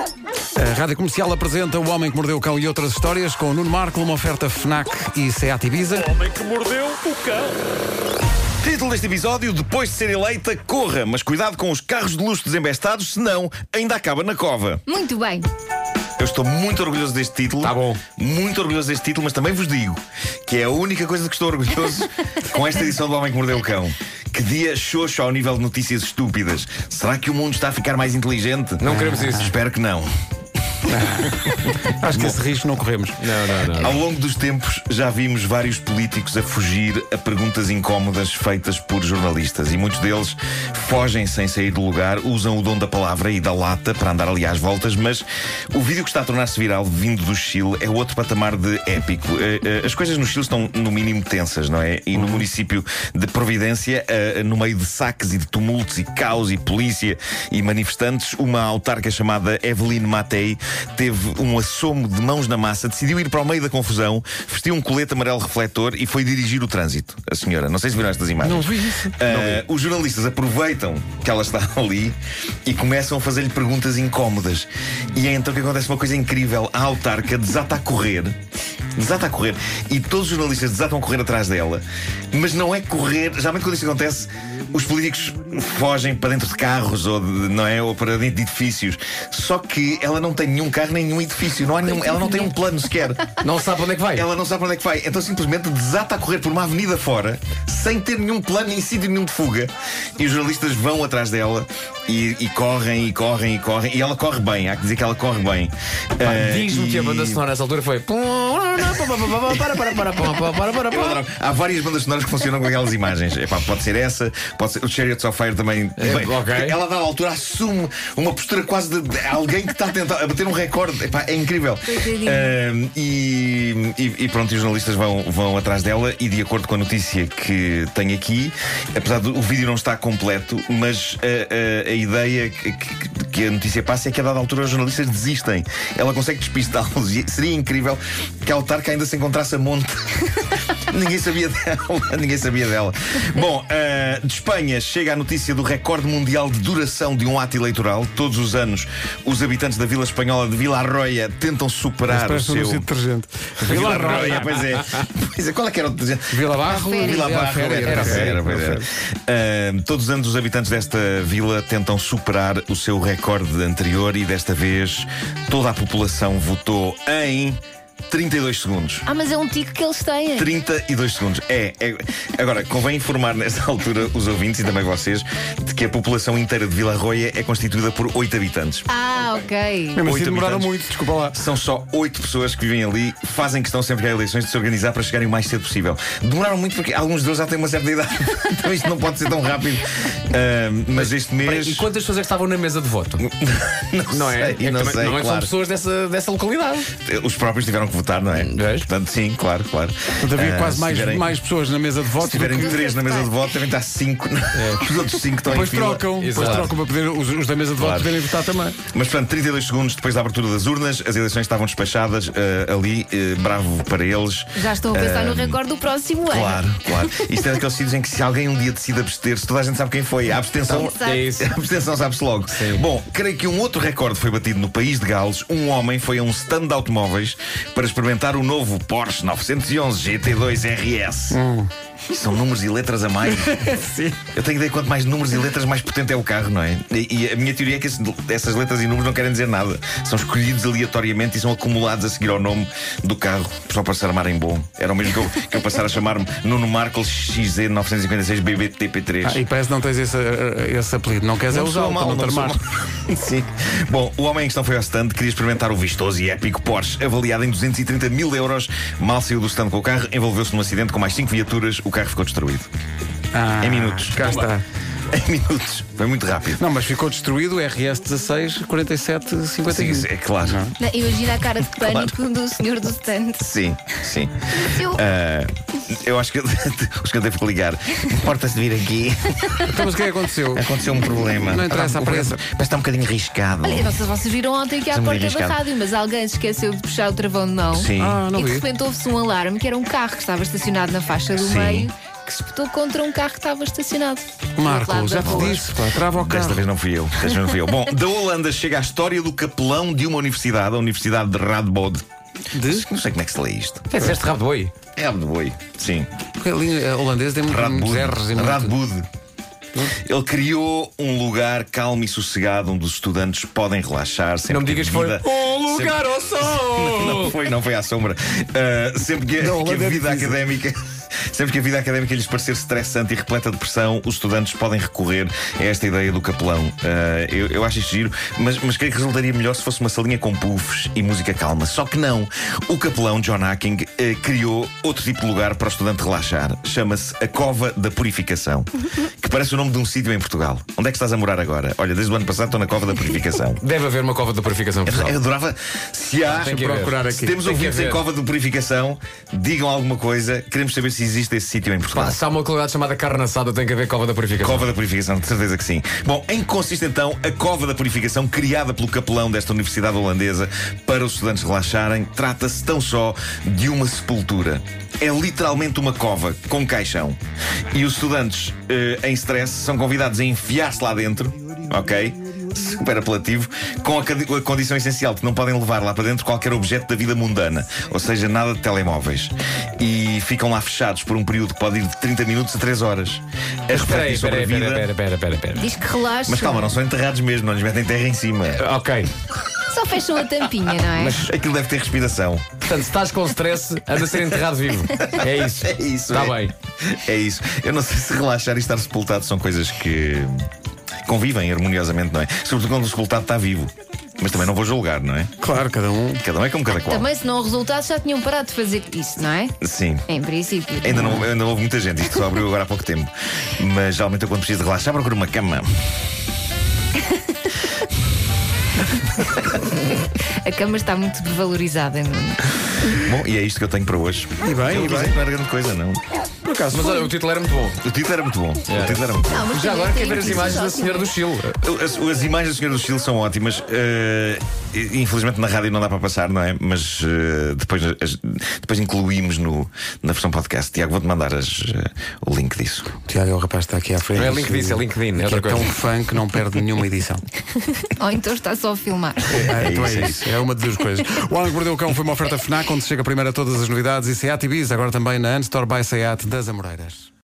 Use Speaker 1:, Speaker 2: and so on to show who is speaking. Speaker 1: A Rádio Comercial apresenta O Homem que Mordeu o Cão e outras histórias com o Nuno Marco, uma oferta FNAC e Seat Ibiza.
Speaker 2: homem que mordeu o cão.
Speaker 3: Título deste episódio: Depois de ser eleita, corra, mas cuidado com os carros de luxo desembestados, senão ainda acaba na cova.
Speaker 4: Muito bem.
Speaker 3: Eu estou muito orgulhoso deste título.
Speaker 1: Tá bom.
Speaker 3: Muito orgulhoso deste título, mas também vos digo que é a única coisa de que estou orgulhoso com esta edição do Homem que Mordeu o Cão. Que dia xoxo ao nível de notícias estúpidas. Será que o mundo está a ficar mais inteligente?
Speaker 5: Não queremos isso.
Speaker 3: Espero que não.
Speaker 1: Acho que esse risco não corremos.
Speaker 5: Não, não,
Speaker 3: Ao longo dos tempos, já vimos vários políticos a fugir a perguntas incómodas feitas por jornalistas. E muitos deles fogem sem sair do lugar, usam o dom da palavra e da lata para andar ali às voltas. Mas o vídeo que está a tornar-se viral vindo do Chile é outro patamar de épico. Eh, eh, As coisas no Chile estão, no mínimo, tensas, não é? E no município de Providência, eh, no meio de saques e de tumultos e caos e polícia e manifestantes, uma autarca chamada Eveline Matei teve um assomo de mãos na massa, decidiu ir para o meio da confusão, vestiu um colete amarelo refletor e foi dirigir o trânsito. A senhora, não sei se viram estas imagens.
Speaker 1: Não vi isso.
Speaker 3: Ah, os jornalistas aproveitam que ela está ali e começam a fazer-lhe perguntas incómodas. E é então que acontece uma coisa incrível: a autarca desata a correr. Desata a correr. E todos os jornalistas desatam a correr atrás dela. Mas não é correr. Geralmente, quando isto acontece, os políticos fogem para dentro de carros ou, de- não é? ou para dentro de edifícios. Só que ela não tem nenhum carro, nem nenhum edifício. Não há nenhum- ela não tem um plano sequer.
Speaker 5: não. Não sabe onde é que vai.
Speaker 3: Ela não sabe para onde é que vai, então simplesmente desata a correr por uma avenida fora, sem ter nenhum plano nem sítio nenhum de fuga. E os jornalistas vão atrás dela e, e correm, e correm, e correm. E ela corre bem, há que dizer que ela corre bem. Ah,
Speaker 5: Diz-me que a banda
Speaker 3: e-
Speaker 5: sonora nessa altura foi.
Speaker 1: Para, para, para, para, para, para,
Speaker 3: Eu adoro. É Há várias bandas sonoras que funcionam com aquelas imagens. Epá, pode ser essa, pode ser. O Chariots of Fire também. Bem,
Speaker 5: ok.
Speaker 3: Ela, dá à altura, assume uma postura quase de, de alguém que está a tentar a bater um recorde. Epá, é incrível.
Speaker 4: Coitadinha.
Speaker 3: Ahm, e, e- e pronto, e os jornalistas vão, vão atrás dela. E de acordo com a notícia que tenho aqui, apesar do o vídeo não estar completo, mas a, a- a ideia que, que- que a notícia passa é que a dada altura os jornalistas desistem. Ela consegue despistá-los. E seria incrível que a autarca ainda se encontrasse a monte. Ninguém sabia dela, ninguém sabia dela. Bom, ah, de Espanha chega a notícia do recorde mundial de duração de um ato eleitoral. Todos os anos, os habitantes da vila espanhola de Vila Arroia tentam superar o
Speaker 1: Parece um
Speaker 3: seu.
Speaker 1: anúncio de detergente.
Speaker 3: Vila Arroia, pois é. Pois é, qual é que era o detergente?
Speaker 1: Vila Barro,
Speaker 4: Era
Speaker 3: Vila
Speaker 1: Barro,
Speaker 3: Barra,
Speaker 1: era,
Speaker 3: era,
Speaker 1: era,
Speaker 3: era, pois era. Ahm, Todos os anos os habitantes desta vila tentam superar o seu recorde anterior e desta vez toda a população votou em 32 segundos.
Speaker 4: Ah, mas é um tico que eles têm.
Speaker 3: 32 segundos. É, é- Agora, convém informar nesta altura os ouvintes e também vocês de que a população inteira de Vila Arroia é constituída por 8 habitantes.
Speaker 4: Ah, ok.
Speaker 1: Mesmo assim
Speaker 3: Oito
Speaker 1: demoraram
Speaker 3: habitantes.
Speaker 1: muito, desculpa lá.
Speaker 3: São só oito pessoas que vivem ali, fazem questão sempre que há eleições de se organizar para chegarem o mais cedo possível. Demoraram muito porque alguns deles já têm uma certa idade, então isto não pode ser tão rápido. Ahm, mas este mês.
Speaker 5: E quantas pessoas é que estavam na mesa de voto?
Speaker 3: não,
Speaker 5: é?
Speaker 3: sei,
Speaker 5: que
Speaker 3: não
Speaker 5: também-
Speaker 3: sei,
Speaker 5: não é que são
Speaker 3: claro.
Speaker 5: pessoas dessa, dessa localidade.
Speaker 3: Os próprios tiveram que votar, não é?
Speaker 5: Vejo.
Speaker 3: Portanto, sim, claro, claro.
Speaker 1: Portanto, havia
Speaker 3: Ah,
Speaker 1: quase
Speaker 3: se
Speaker 1: mais,
Speaker 3: tiverem-
Speaker 1: mais pessoas na mesa de
Speaker 3: Se
Speaker 1: votos do
Speaker 3: tiverem
Speaker 1: que É.
Speaker 3: três na mesa de voto, devem estar cinco. Os outros cinco estão
Speaker 1: depois
Speaker 3: em fila.
Speaker 1: trocam, depois
Speaker 5: Exato.
Speaker 1: trocam para poder os, os da mesa de votos
Speaker 3: Claro.
Speaker 1: poderem votar também.
Speaker 3: Mas portanto, 32 segundos depois da abertura das urnas, as eleições estavam despachadas eh, ali, eh, bravo para eles.
Speaker 4: Já estou a pensar
Speaker 3: Ah,
Speaker 4: no recorde do próximo ano.
Speaker 3: Claro, claro. Isto é daqueles sítios em que se alguém um dia decide abster-se, toda a gente sabe quem foi. A abstenção,
Speaker 4: Exato. É
Speaker 5: isso.
Speaker 3: a abstenção sabe-se logo. Bom, creio que um outro recorde foi batido no país de Gales. Um homem foi a um stand de automóveis para experimentar o novo Porsche 911 GT2 RS. São números e letras a mais. Eu tenho ideia que quanto mais números e letras, mais potente é o carro, não é? E, e a minha teoria é que esse- essas letras e números não querem dizer nada. São escolhidos aleatoriamente e são acumulados a seguir ao nome do carro, só para se armarem bom. Era o mesmo que eu, que eu passar a chamar-me Nuno Markle XZ956BBTP3.
Speaker 1: Ah, e parece que não tens esse, esse apelido. Não queres é
Speaker 3: Não
Speaker 1: usá-lo
Speaker 3: soa
Speaker 1: para não te
Speaker 3: soa
Speaker 1: armar.
Speaker 3: mal. Sim. Bom, o homem em questão foi ao stand, queria experimentar o vistoso e épico Porsche, avaliado em 230 mil euros. Mal saiu do stand com o carro, envolveu-se num acidente com mais cinco viaturas, o carro ficou destruído.
Speaker 1: Ah,
Speaker 3: Em minutos.
Speaker 1: Cá está.
Speaker 3: Em minutos. Foi muito rápido.
Speaker 1: Não, mas ficou destruído o RS 16 47
Speaker 3: Sim,
Speaker 1: 51.
Speaker 3: sim, é claro.
Speaker 4: Não, Imagina a cara de pânico do senhor do stand.
Speaker 3: Sim, sim.
Speaker 4: Eu-
Speaker 3: Ah, eu acho que eu, acho que eu devo ligar. Importa-se de vir aqui.
Speaker 1: Então, mas o que é que aconteceu?
Speaker 3: Aconteceu um problema.
Speaker 1: Não interessa,
Speaker 3: Ah,
Speaker 1: à pressa.
Speaker 3: Parece que está um bocadinho riscado.
Speaker 4: Olha, eu não sei se vocês viram ontem aqui à
Speaker 3: Isso é muito
Speaker 4: porta da
Speaker 3: arriscado.
Speaker 4: rádio, mas alguém se esqueceu de puxar o travão de mão.
Speaker 3: Sim.
Speaker 1: Ah, não
Speaker 4: e de
Speaker 1: vi.
Speaker 4: repente houve-se um alarme que era um carro que estava estacionado na faixa do
Speaker 3: Sim.
Speaker 4: meio que se espetou contra um carro que estava estacionado. Do outro
Speaker 1: Marco,
Speaker 4: lado
Speaker 1: já
Speaker 4: da
Speaker 1: te
Speaker 4: rua.
Speaker 1: disse, pá, trava o
Speaker 3: Desta
Speaker 1: carro.
Speaker 3: vez não fui eu. Desta vez não fui eu. Bom, da Holanda chega a história do capelão de uma universidade, a Universidade de Radboud.
Speaker 1: De?
Speaker 3: Não sei como é que se lê isto.
Speaker 5: É, disseste rabo de boi.
Speaker 3: É de boi. Sim.
Speaker 1: Porque a língua eh, holandesa tem muito- muitos
Speaker 3: Radboud.
Speaker 1: erros Hum, e muito...
Speaker 3: Radboud. Ele criou um lugar calmo e sossegado onde os estudantes podem relaxar sem
Speaker 5: Não me
Speaker 3: ter
Speaker 5: digas que foi
Speaker 3: vida-
Speaker 1: Oh,
Speaker 5: um
Speaker 3: sempre-
Speaker 5: lugar ao sol.
Speaker 3: Não foi, não foi à sombra. Uh, sempre que,
Speaker 1: Não,
Speaker 3: que
Speaker 1: Holanda
Speaker 3: a
Speaker 1: é
Speaker 3: vida
Speaker 1: difícil.
Speaker 3: académica. Sempre que a vida académica lhes parecer estressante e repleta de pressão, os estudantes podem recorrer a esta ideia do capelão. Uh, eu, eu acho isto giro, mas, mas creio que resultaria melhor se fosse uma salinha com puffs e música calma. Só que não. O capelão, John Hacking, eh, criou outro tipo de lugar para o estudante relaxar. Chama-se a Cova da Purificação, que parece o nome de um sítio em Portugal. Onde é que estás a morar agora? Olha, desde o ano passado estou na Cova da Purificação.
Speaker 5: Deve haver uma cova de purificação pessoal.
Speaker 3: Eu É, adorava. Se há.
Speaker 5: Tem que haver.
Speaker 1: procurar aqui.
Speaker 3: Se temos
Speaker 5: Tem que
Speaker 3: ouvintes em
Speaker 5: haver.
Speaker 3: cova de purificação, digam alguma coisa. Queremos saber se existe esse sítio em Portugal.
Speaker 5: Pá, se há uma qualidade chamada carne assada, tem que haver é. cova da purificação.
Speaker 3: Cova da Purificação, de certeza que sim. Bom, em que consiste então a Cova da Purificação criada pelo capelão desta universidade holandesa para os estudantes relaxarem? Trata-se tão só de uma sepultura. É literalmente uma cova com caixão. E os estudantes eh, em stress são convidados a enfiar-se lá dentro, ok? Super apelativo, com a, cadi- a condição essencial de que não podem levar lá para dentro qualquer objeto da vida mundana, ou seja, nada de telemóveis. E ficam lá fechados por um período que pode ir de 30 minutos a 3 horas. A
Speaker 5: Espera aí, espera
Speaker 3: refletir sobre
Speaker 5: aí,
Speaker 3: a vida.
Speaker 5: espera, espera, espera, espera, espera.
Speaker 4: Diz que relaxa.
Speaker 3: Mas calma, não são enterrados mesmo, não lhes metem terra em cima.
Speaker 5: Ok,
Speaker 4: Só fecham a tampinha, não é?
Speaker 3: Aquilo deve ter respiração.
Speaker 5: portanto, se estás com stress, anda a ser enterrado vivo. É isso.
Speaker 3: É isso.
Speaker 5: Está
Speaker 3: é.
Speaker 5: bem.
Speaker 3: É isso. Eu não sei se relaxar e estar sepultado são coisas que convivem harmoniosamente, não é? Sobretudo quando o sepultado está vivo. Mas também não vou julgar, não é?
Speaker 1: Claro, cada um.
Speaker 3: Cada um é como cada qual.
Speaker 4: Também, se não há resultados, já tinham parado de fazer isso, não é?
Speaker 3: Sim.
Speaker 4: Em princípio.
Speaker 3: Ainda não, ainda não houve muita gente, isto só abriu agora há pouco tempo. Mas geralmente eu quando preciso de relaxar procuro uma cama.
Speaker 4: A cama está muito valorizada, Nuno.
Speaker 3: Bom, e é isto que eu tenho para hoje.
Speaker 1: E bem,
Speaker 3: Eu
Speaker 1: e
Speaker 3: não
Speaker 1: bem.
Speaker 3: era grande coisa, não.
Speaker 1: Por acaso,
Speaker 5: Mas
Speaker 1: foi.
Speaker 5: olha, o título era muito bom.
Speaker 3: O título era muito bom. O título era muito bom.
Speaker 4: Não, mas
Speaker 5: Já
Speaker 4: também
Speaker 5: agora
Speaker 4: tem
Speaker 5: quer ver as
Speaker 4: notícias
Speaker 5: imagens da
Speaker 4: ótimas.
Speaker 5: Senhora do Chile.
Speaker 3: As, as imagens do Senhor do Chile são ótimas. Eh, infelizmente na rádio não dá para passar, não é? Mas eh, depois, as- depois incluímos no, na versão podcast. Tiago, vou-te mandar as, eh, o link disso.
Speaker 1: Tiago é o rapaz que está aqui à frente.
Speaker 5: Não é LinkedIn, é LinkedIn, é
Speaker 1: Que
Speaker 5: outra
Speaker 1: é tão
Speaker 5: coisa.
Speaker 1: fã que não perde nenhuma edição.
Speaker 4: Ou então está só a filmar.
Speaker 1: É, então é
Speaker 3: isso, é
Speaker 1: isso. É uma das duas coisas. O Homem que Mordeu o Cão foi uma oferta FNAC, onde chega primeiro a todas as novidades e SEAT e Bis, agora também na Unstore by SEAT das Amoreiras.